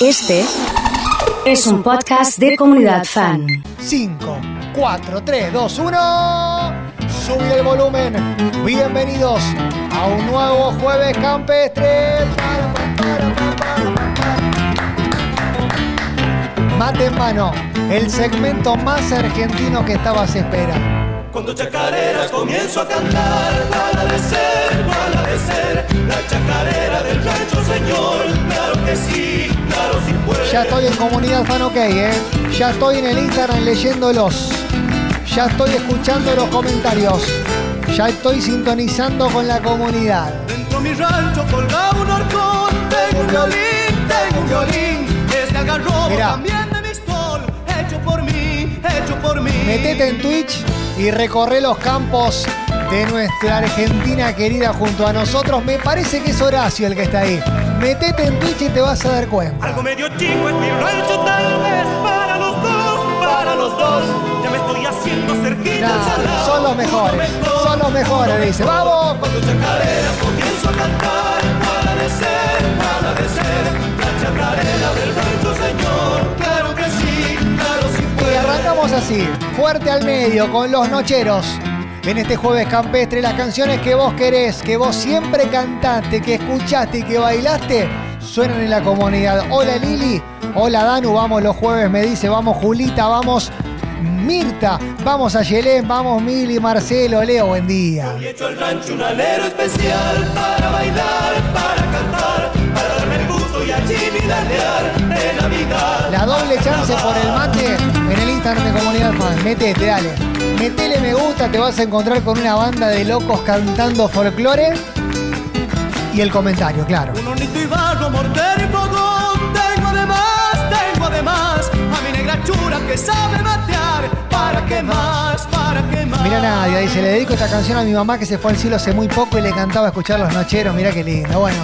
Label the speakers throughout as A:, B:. A: Este es un podcast de comunidad fan.
B: 5, 4, 3, 2, 1. Subí el volumen. Bienvenidos a un nuevo jueves campestre. Mate en mano, el segmento más argentino que estabas esperando.
C: Cuando chacareras comienzo a cantar, para de ser, para de ser, la chacarera del rancho, señor, claro que sí, claro sí puede.
B: Ya estoy en comunidad fan ok, ¿eh? Ya estoy en el Instagram leyéndolos. Ya estoy escuchando los comentarios. Ya estoy sintonizando con la comunidad.
C: Dentro mi rancho colga un arcón, tengo un violín, tengo un violín, es de algarrobo
B: Mirá.
C: también de mistol, hecho por mí, hecho por mí.
B: Metete en Twitch y recorre los campos de nuestra Argentina querida junto a nosotros. Me parece que es Horacio el que está ahí. Metete en Twitch y te vas a dar cuenta.
C: Algo medio chico es mi rancho tal vez para los dos, para los dos. Ya me estoy haciendo cerquita al
B: Nah,
C: salado.
B: son los mejores, son los mejores, dice. ¡Vamos!
C: Cuando chacarera comienzo a cantar para de ser, para de ser la chacarera del rancho señor. Claro que sí, claro sí
B: Y
C: puede.
B: arrancamos así, fuerte al medio, con los nocheros. En este jueves campestre, las canciones que vos querés, que vos siempre cantaste, que escuchaste y que bailaste, suenan en la comunidad. Hola Lili, hola Danu, vamos los jueves, me dice, vamos Julita, vamos Mirta, vamos a Yelén, vamos Mili, Marcelo, Leo, buen día.
C: Y hecho el rancho un alero especial para bailar, para cantar, para darme el gusto y allí vidalear en la vida.
B: La doble chance por el mate en el Instagram de Comunidad Fan. Metete, dale. Metele me gusta, te vas a encontrar con una banda de locos cantando folclore. Y el comentario, claro.
C: Un hornito y barro, mortero y fogón. Tengo además, tengo además a mi negra chura que sabe matear. ¿Para qué más? ¿Para qué más?
B: Mira Nadia, dice, le dedico esta canción a mi mamá que se fue al cielo hace muy poco y le cantaba escuchar los nocheros, mira qué lindo. Bueno,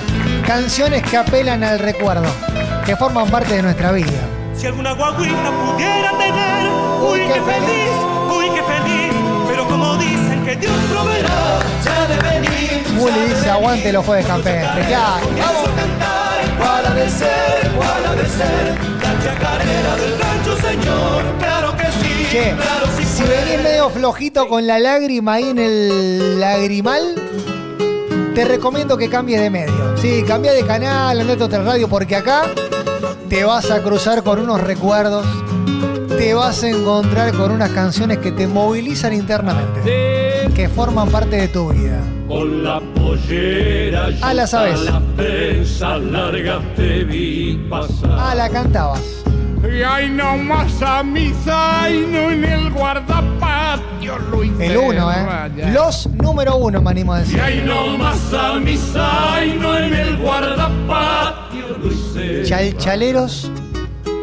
B: canciones que apelan al recuerdo, que forman parte de nuestra vida.
C: Si alguna guaguita pudiera tener, uy, qué feliz, uy, qué feliz. Pero como dicen que Dios proveerá, ya de venir.
B: Muli
C: ya de
B: dice,
C: venir.
B: aguante los jueves campestres, claro.
C: Comienzo a cantar, para de ser, para de ser, la chacarera del rancho, señor. Claro que sí,
B: Che,
C: claro sí
B: si
C: puede.
B: venís medio flojito con la lágrima ahí en el lagrimal, te recomiendo que cambies de medio. Sí, cambia de canal, andate a otra radio, porque acá te vas a cruzar con unos recuerdos, te vas a encontrar con unas canciones que te movilizan internamente, que forman parte de tu vida.
D: Con la pollera
B: Ah, la sabes.
D: a las trenzas largas te vi pasar.
B: Ah, la cantabas.
E: Y ay no más a misa y no en el guardapatio Luis.
B: El uno, ¿eh? Los número uno, me animo a
D: Y
B: decir.
D: ay no más a misa ay no en el guardapatio Luis
B: Chalchaleros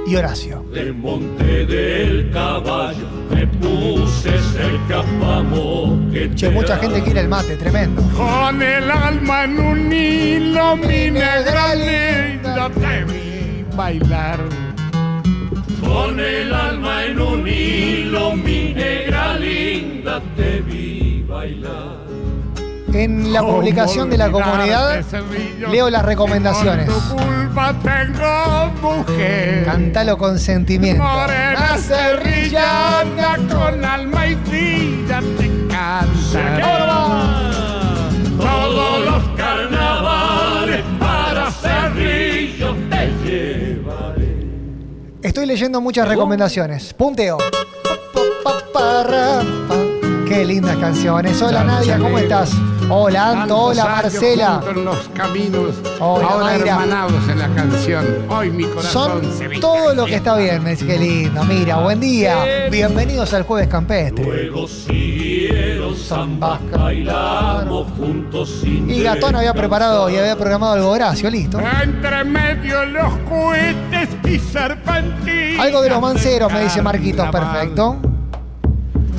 B: y Horacio.
D: Del monte del caballo me puse cerca pamo que
B: Che,
D: te
B: mucha
D: da.
B: gente quiere el mate, tremendo.
E: Con el alma en un hilo, mi negra linda, te vi bailar.
D: Con el alma en un hilo mi negra linda te vi bailar.
B: En la
E: Oh,
B: publicación de la
E: Olvidarte,
B: comunidad
E: Cerrillo,
B: leo las recomendaciones.
E: que Por tu culpa tengo mujer.
B: Cantalo con sentimiento.
E: Morena cerrillana con alma y vida te canta.
D: Todos los carnavales para Cerrillo te llevaré.
B: Estoy leyendo muchas recomendaciones. Punteo. Pa, pa, pa, ra, pa. Qué lindas canciones. Hola Nadia, ¿cómo estás? Hola Anto,
E: Tantos
B: hola
E: años
B: Marcela. Oh,
E: juntos en los caminos,
B: Hola,
E: ahora
B: Mayra.
E: hermanados en la canción. Hoy mi corazón
B: Son
E: se ve
B: todo lo que
E: caliente.
B: está bien, me dice. Qué lindo. Mira, buen día. Bienvenidos al Jueves Campestre.
D: Luego siguieron zambas, bailamos juntos sin
B: Y Gastón había
D: descansar.
B: preparado y había programado algo Horacio, listo.
E: Entre medio los cohetes y serpentinas.
B: Algo de los manceros, me dice Marquitos,
E: Carnaval.
B: perfecto.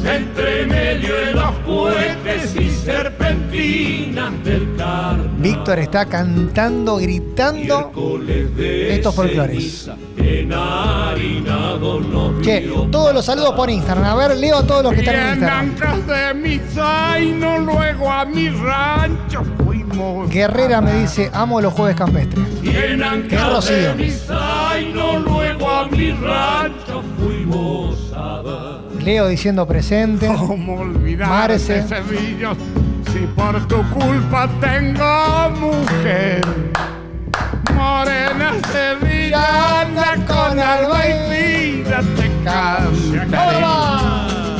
D: Entre medio de los puentes y serpentinas del carnaval.
B: Víctor está cantando, gritando.
D: Miércoles de
B: Estos folclores.
D: ceniza, enharinado nos
B: Che,
D: vio
B: todos los saludos por Instagram. A ver, leo a todos los que están en
E: Bien
B: Instagram.
E: ancas de mi zaino, luego a mi rancho fuimos.
B: Guerrera me dice, amo los jueves campestres.
D: Bien
B: Qué
D: anclas
B: rocío.
D: de misa Huayno, luego a mi rancho fuimos a dar.
B: Leo diciendo presente.
E: ¿Cómo olvidar de
B: Marce.
E: Sevillos si por tu culpa tengo mujer? Morena Sevilla anda con alba y vida te cantaré.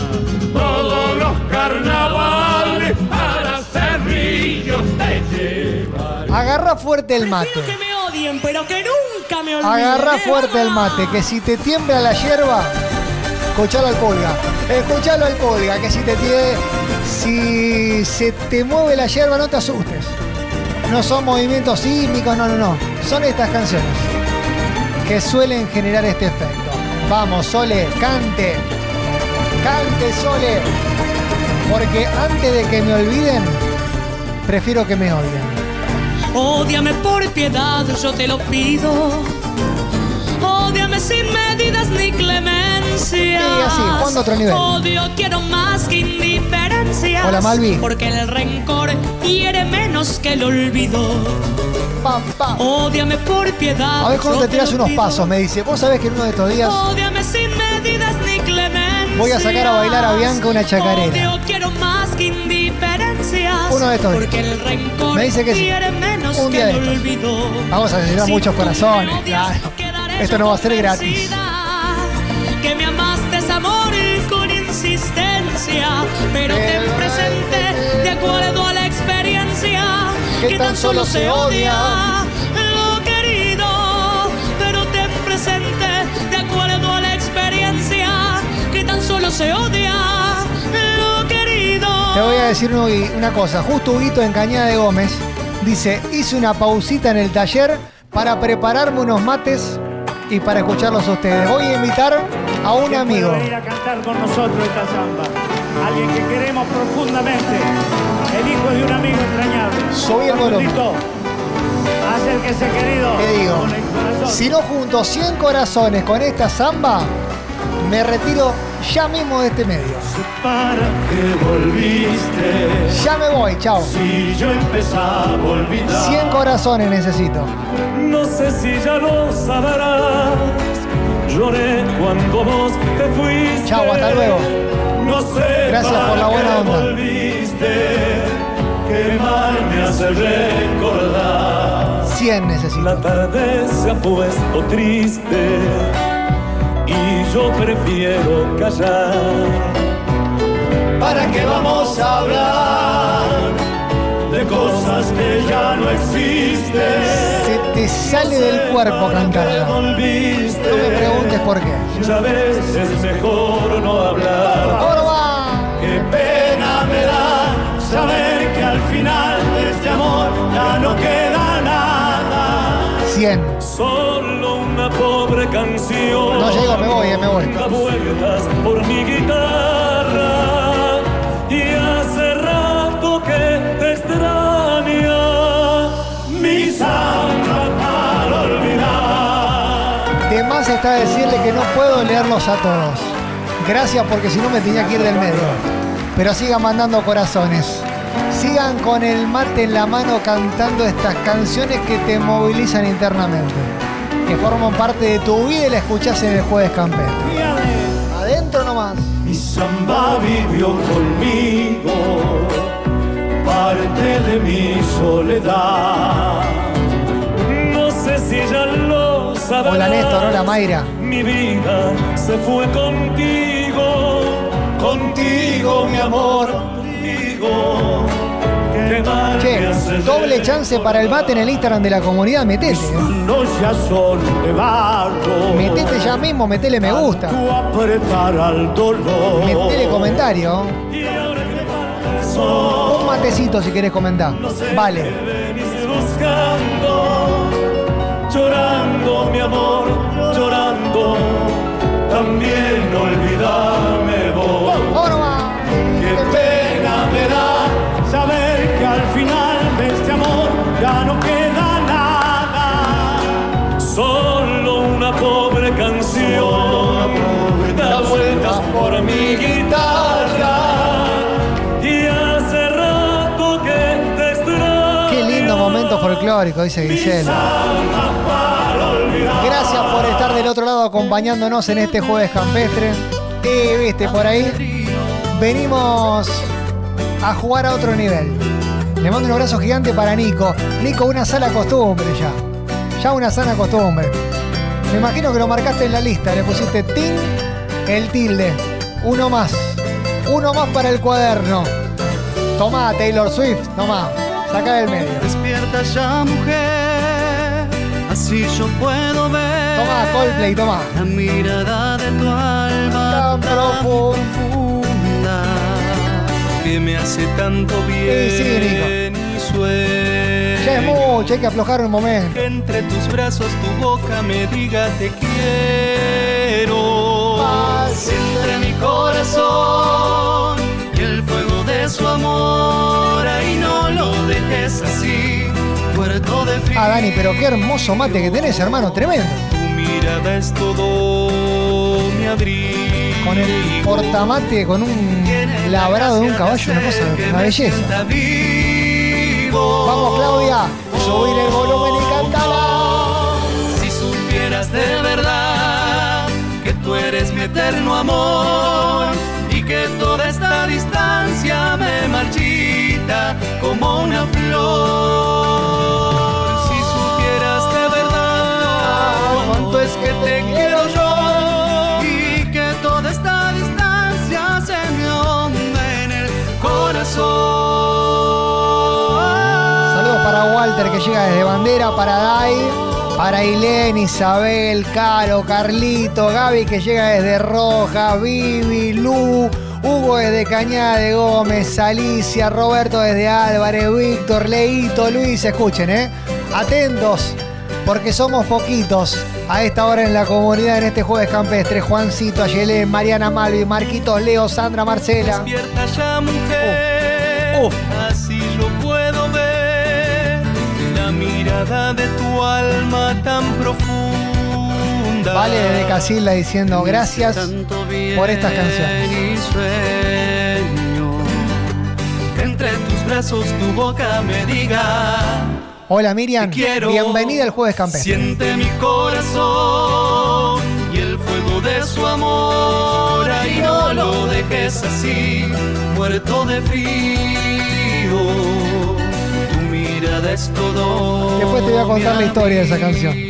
D: Todos los carnavales para Cerrillos te llevaré.
B: Agarra fuerte el mate.
F: Prefiero que me odien, pero que nunca me olviden.
B: Agarra
F: ¡Eh,
B: fuerte el
F: vamos!
B: mate, que si te tiembla la hierba, escuchalo al colga. Escuchalo al colga, que si te tie- si se te mueve la hierba, no te asustes. No son movimientos sísmicos, no, no, no. Son estas canciones que suelen generar este efecto. Vamos, Sole, cante. Cante, Sole. Porque antes de que me olviden, prefiero que me odien.
F: Ódiame por piedad, yo te lo pido. Ódiame sin medidas ni clemencia.
B: Sí, así, jugando a otro nivel.
F: Odio quiero más que indiferencia.
B: Hola, Malvi.
F: Porque el rencor hiere menos que el olvido.
B: Pam, pam.
F: Ódiame por piedad.
B: A ver cuando
F: yo
B: te tiras
F: lo
B: unos
F: pido.
B: pasos, me dice. Vos sabés que en uno de estos días
F: Ódiame sin medidas ni clemencias.
B: Voy a sacar a bailar a Bianca una chacarera.
F: Odio quiero más que indiferencias.
B: Uno de estos días.
F: Porque el rencor
B: Me dice que sí.
F: quiere menos
B: Un
F: que
B: día de
F: el
B: estos.
F: olvido.
B: Vamos a llenar
F: Si
B: muchos
F: tú me
B: corazones,
F: odias,
B: claro.
F: quedaré
B: Esto
F: yo
B: no va a ser gratis.
F: convencida Que me amaste es amor y con insistencia.
B: Pero
F: Pero te presenté de acuerdo a la experiencia. Que, tan solo se odia lo querido, pero te presente de acuerdo a la experiencia que tan solo se odia lo querido.
B: te voy a decir un- una cosa. Justo Huguito en Cañada de Gómez dice, hice una pausita en el taller para prepararme unos mates y para escucharlos a ustedes. Voy a invitar a un
G: ¿Quién
B: amigo.
G: puede venir a cantar con nosotros esta samba. Alguien que queremos profundamente. El hijo de un amigo entrañable.
B: Subí el volumen.
G: Faustito, Acérquese, querido.
B: Te digo,
G: Con el corazón.
B: si no junto 100 corazones con esta samba, me retiro ya mismo de este medio.
H: ¿Para qué volviste?
B: Ya me voy, chao.
H: Si yo empezaba a olvidar.
B: 100 corazones necesito.
H: No sé si ya lo sabrás. Lloré cuando vos te fuiste.
B: Chau, hasta luego.
H: No sé.
B: Gracias por la
H: para
B: buena
H: qué
B: onda.
H: Volviste. Qué mal me hace recordar.
B: 100 necesito.
H: La tarde se ha puesto triste y yo prefiero callar. ¿Para qué vamos a hablar de cosas que ya no existen?
B: Se te sale del cuerpo cantarla. No me preguntes por qué.
H: Ya ves, es mejor no hablar.
B: ¡Corva!
H: Qué pena me da saber que al final de este amor ya no queda nada.
B: 100.
H: Solo una pobre canción.
B: No llego, me voy, eh, me voy.
H: Da vueltas por mi guitarra y hace rato que te extraña mi samba para olvidar.
B: De más está decirle que no puedo leerlos a todos. Gracias porque si no me tenía que ir del medio. Pero sigan mandando corazones. Sigan con el mate en la mano cantando estas canciones que te movilizan internamente. Que forman parte de tu vida y la escuchás en el jueves campestre. Adentro nomás.
H: Mi samba vivió conmigo, parte de mi soledad. No sé si ya lo sabrás.
B: Hola Néstor, hola Mayra.
H: Mi vida se fue contigo, contigo mi amor, contigo. Qué mal me
B: Che,
H: hace
B: doble chance para el mate en el Instagram de la comunidad. Metete. eh.
H: No ya son de barro.
B: Metete ya mismo, metele me gusta.
H: Tú apretar al dolor.
B: Metele comentario.
H: Y ahora que me falta el sol.
B: Un matecito si querés comentar. Vale.
H: Venís buscando, llorando mi amor, llorando. También olvidarme vos. Qué pena me da saber que al final de este amor ya no queda nada. Solo una pobre canción da vueltas por mi guitarra y hace rato que te extraño.
B: Qué lindo momento folclórico, dice Gisela. Gracias por acompañándonos en este jueves campestre. Y viste, por ahí venimos a jugar a otro nivel. Le mando un abrazo gigante para Nico. Nico, una sana costumbre ya. Ya una sana costumbre. Me imagino que lo marcaste en la lista. Le pusiste tin, el tilde. Uno más. Uno más para el cuaderno. Tomá, Taylor Swift. Tomá. Saca del medio.
C: Despierta ya, mujer. Así yo puedo ver.
B: Tomá, Coldplay, tomá.
C: La mirada de tu alma
B: Tan profundo.
C: profunda que me hace tanto bien.
B: Sí, sí, Nico.
C: y sueño
B: Ya es mucho, hay que aflojar un momento.
C: que entre tus brazos tu boca me diga te quiero. Paz entre mi corazón y el fuego de su amor. Ahí no lo dejes así, puerto de frío.
B: Ah, Dani, pero qué hermoso mate que tenés, hermano. Tremendo.
C: Tu mirada es todo mi abrigo.
B: Con el portamate, con un labrado de un caballo, una cosa, una belleza. Vamos, Claudia, subir el volumen y cantala.
C: Si supieras de verdad que tú eres mi eterno amor y que toda esta distancia me marchita como una flor. Si supieras de verdad cuánto es que te quiero yo y que toda esta distancia se me ahonda en el corazón.
B: Saludos para Walter que llega desde Bandera, para Dai, para Ilén, Isabel, Caro, Carlito, Gaby que llega desde Rojas, Vivi, Lu, Hugo desde Cañada de Gómez, Alicia, Roberto desde Álvarez, Víctor, Leito, Luis, escuchen, ¿eh? Atentos. Porque somos poquitos a esta hora en la comunidad en este jueves campestre. Juancito, Ayelé, Mariana Malvi, Marquitos, Leo, Sandra, Marcela.
C: Despierta ya, mujer. Así lo puedo ver. La mirada de tu alma tan profunda.
B: Vale desde Casilda diciendo gracias
C: Tanto bien
B: por estas canciones.
C: y sueño. Que entre tus brazos tu boca me diga.
B: Hola Miriam,
C: Te quiero.
B: bienvenida al Jueves Campestre.
C: Siente mi corazón y el fuego de su amor. Ay, no lo dejes así, muerto de frío. Tu mirada es todo.
B: Después te voy a contar
C: mi
B: la historia de esa canción.
C: amigo.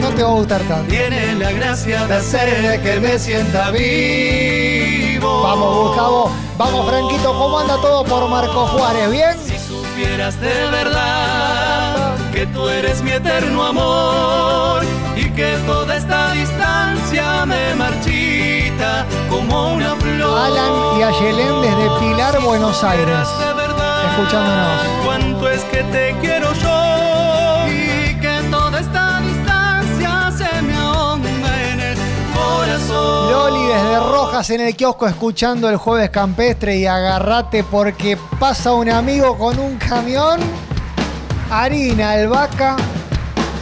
B: No te va a gustar tanto.
C: Tiene la gracia de hacer que me sienta vivo.
B: Vamos Gustavo, vamos Franquito, ¿cómo anda todo por Marco Juárez? ¿Bien?
C: Si supieras de verdad que tú eres mi eterno amor y que toda esta distancia me marchita como una flor.
B: Alan y Ayelén desde Pilar, Buenos Aires.
C: De verdad,
B: Escuchándonos.
C: Cuánto es que te quiero yo y que toda esta distancia se me ahonda en el corazón.
B: Loli desde Rojas en el kiosco escuchando el Jueves Campestre y agarrate porque pasa un amigo con un camión, harina, albahaca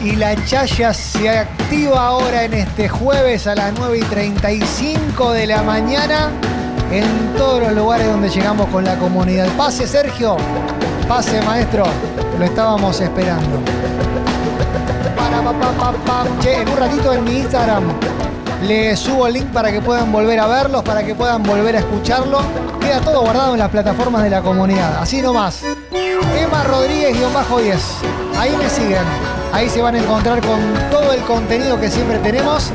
B: y la chaya se activa ahora en este jueves a las 9 y 35 de la mañana en todos los lugares donde llegamos con la comunidad. Pase Sergio, pase maestro, lo estábamos esperando. Para, pa, pa, pa, pa. Che, en un ratito en mi Instagram les subo el link para que puedan volver a verlos, para que puedan volver a escucharlo. Queda todo guardado en las plataformas de la comunidad, así nomás. Emma Rodríguez-10. Ahí me siguen. Ahí se van a encontrar con todo el contenido que siempre tenemos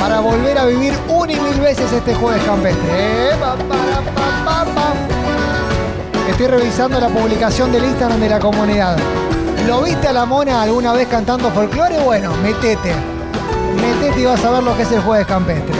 B: para volver a vivir una y mil veces este jueves campestre. Epa, para, pa, pa, pa. Estoy revisando la publicación del Instagram de la comunidad. ¿Lo viste a la mona alguna vez cantando folclore? Bueno, metete. Metete y vas a ver lo que es el jueves campestre.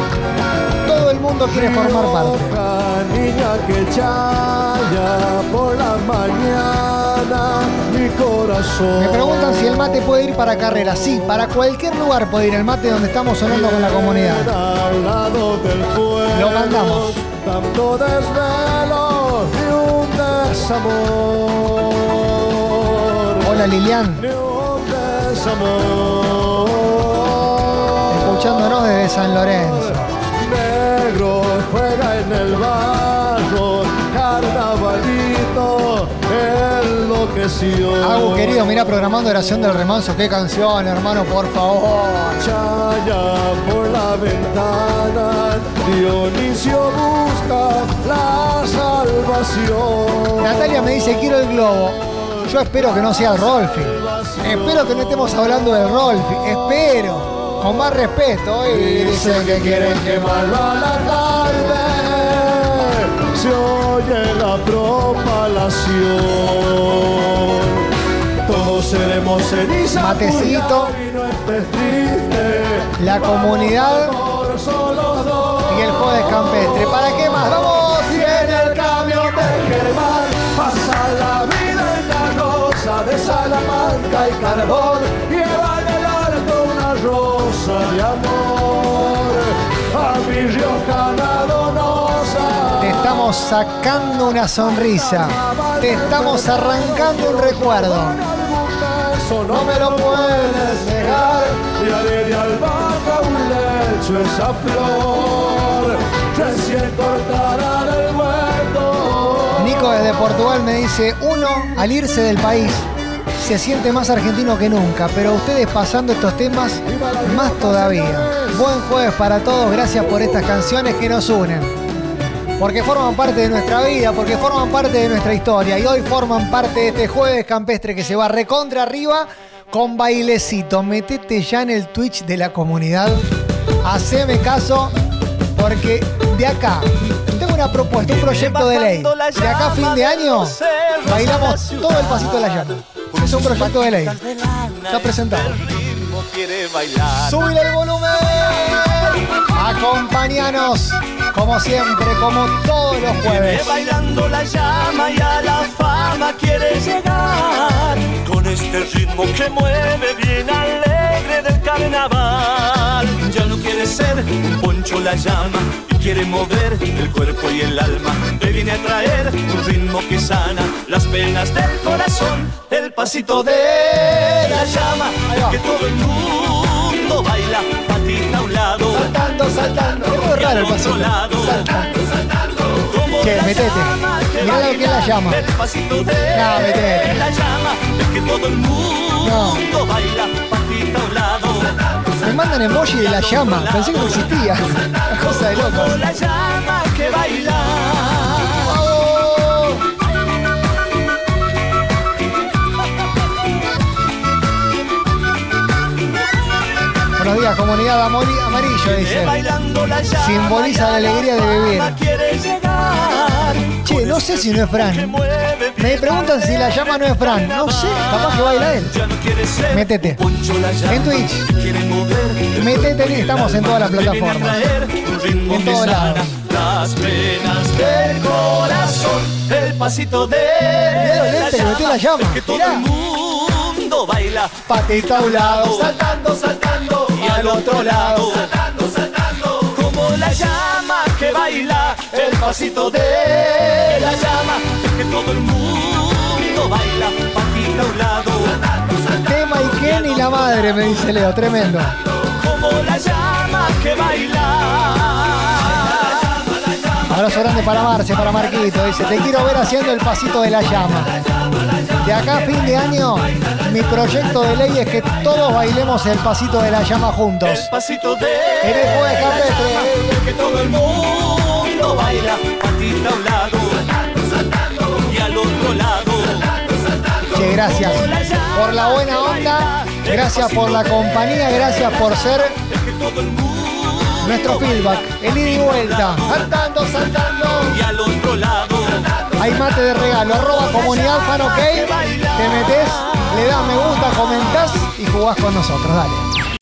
B: Todo el mundo quiere formar parte.
I: Roja, niña que chaya por la mañana mi corazón.
B: Me preguntan si el mate puede ir para carrera. Sí, para cualquier lugar puede ir el mate donde estamos sonando con la comunidad.
I: Al lado del fuego.
B: Lo mandamos.
I: Tanto desvelo y un desamor.
B: Hola Lilian.
I: Ni un desamor.
B: escuchándonos desde San Lorenzo.
I: Negro juega en el barro, carnavalito enloqueció.
B: Agu, querido, mira programando oración del remanso. Qué canción, hermano, por favor.
I: Chaya
H: Dionisio busca la salvación.
B: Natalia me dice, quiero el globo. Yo espero que no sea el Rolfi. Espero que no estemos hablando del Rolfi. Espero. Con más respeto. Y
H: Dicen
B: dice
H: que quieren quemarlo a la tarde. Se oye la propalación. Todos seremos ceniza.
B: Matecito.
H: cuidado y no estés triste.
B: La
H: Vamos
B: comunidad.
H: al amor, solo dos.
B: y el jueves campestre. ¿Para qué más? ¡Vamos!
H: Y en el camión de Germán pasa la vida en la rosa de Salamanca y Carbón. Lleva en el arco una rosa de amor a mi riojana donosa.
B: Te estamos sacando una sonrisa. Te estamos arrancando un recuerdo.
H: Con algún beso no me lo puedes negar y haré de albahaca un lecho esa flor recién cortada del huerto.
B: Nico desde Portugal me dice, uno, al irse del país, se siente más argentino que nunca, pero ustedes pasando estos temas, más todavía. Buen jueves para todos, gracias por estas canciones que nos unen. Porque forman parte de nuestra vida, porque forman parte de nuestra historia. Y hoy forman parte de este jueves campestre que se va recontra arriba con bailecito. Metete ya en el Twitch de la comunidad. Haceme caso, porque de acá tengo una propuesta, un proyecto de ley. De acá a fin de año bailamos todo el pasito de la llama. Es un proyecto de ley. Está presentado. Súbile el volumen. Acompañanos, como siempre, como todos los jueves.
C: Bailando la llama y a la fama quiere llegar Con este ritmo que mueve bien alegre del carnaval Ya no quiere ser un poncho la llama y Quiere mover el cuerpo y el alma Te viene a traer un ritmo que sana Las penas del corazón El pasito de la llama
B: Ahí va.
C: Que todo el mundo baila Patita a un lado
B: Saltando, saltando. Es muy
C: y
B: raro
C: al
B: el pasito.
C: otro lado
B: Saltando.
C: como
B: Che,
C: la
B: metete.
C: llama que
B: Mirá lo
C: baila
B: que es la llama.
C: El pasito de
B: No, metete.
C: la llama es que todo el mundo baila patita a un lado.
B: Me mandan emoji de la llama. Pensé que no existía. Una cosa de
C: Como
B: locos.
C: la llama que baila.
B: Buenos días, comunidad amori- amarillo,
C: que
B: dice.
C: Bailando la llama
B: Simboliza
C: y a
B: la alegría de vivir.
C: fama Quiere llegar.
B: Che, no sé si no es
C: Que
B: Fran.
C: mueve
B: Me preguntan si la llama no es Fran. No sé, capaz que baila él.
C: Ya no quiere ser
B: Métete.
C: un poncho la llama
B: En Twitch.
C: que quiere mover el
B: Métete,
C: cuerpo y el
B: estamos en
C: alma.
B: todas las
C: Te viene a
B: plataformas.
C: traer un ritmo
B: En
C: que
B: todos
C: sana
B: lados.
C: Las penas del corazón, el pasito de
B: los lentes, le metió la llama.
C: Que todo
B: Mirá.
C: el mundo baila
B: Patita a un lado.
C: saltando, saltando y al otro lado saltando, saltando como la llama que baila el pasito de la llama es que todo el mundo baila patita a un lado saltando,
B: Tema y Ken y la madre, me dice Leo. Tremendo.
C: como la llama que baila
B: Abrazo grande para Marce, para Marquito. Dice, te quiero ver haciendo el pasito de la llama. De acá a fin de año, mi proyecto de ley es que todos bailemos el pasito de la llama juntos.
C: el pasito de
B: En el jueves
C: la
B: campestre.
C: llama es que todo el mundo baila patita a un lado saltando, saltando y al otro lado
B: Che, gracias por la buena onda, gracias por la compañía, gracias por ser
C: es que todo el mundo
B: nuestro feedback. El ida y vuelta. Saltando, saltando.
C: y al otro lado
B: Hay mate de regalo. Arroba comunidad fan ok. Te metes, le das me gusta, comentás y jugás con nosotros. Dale.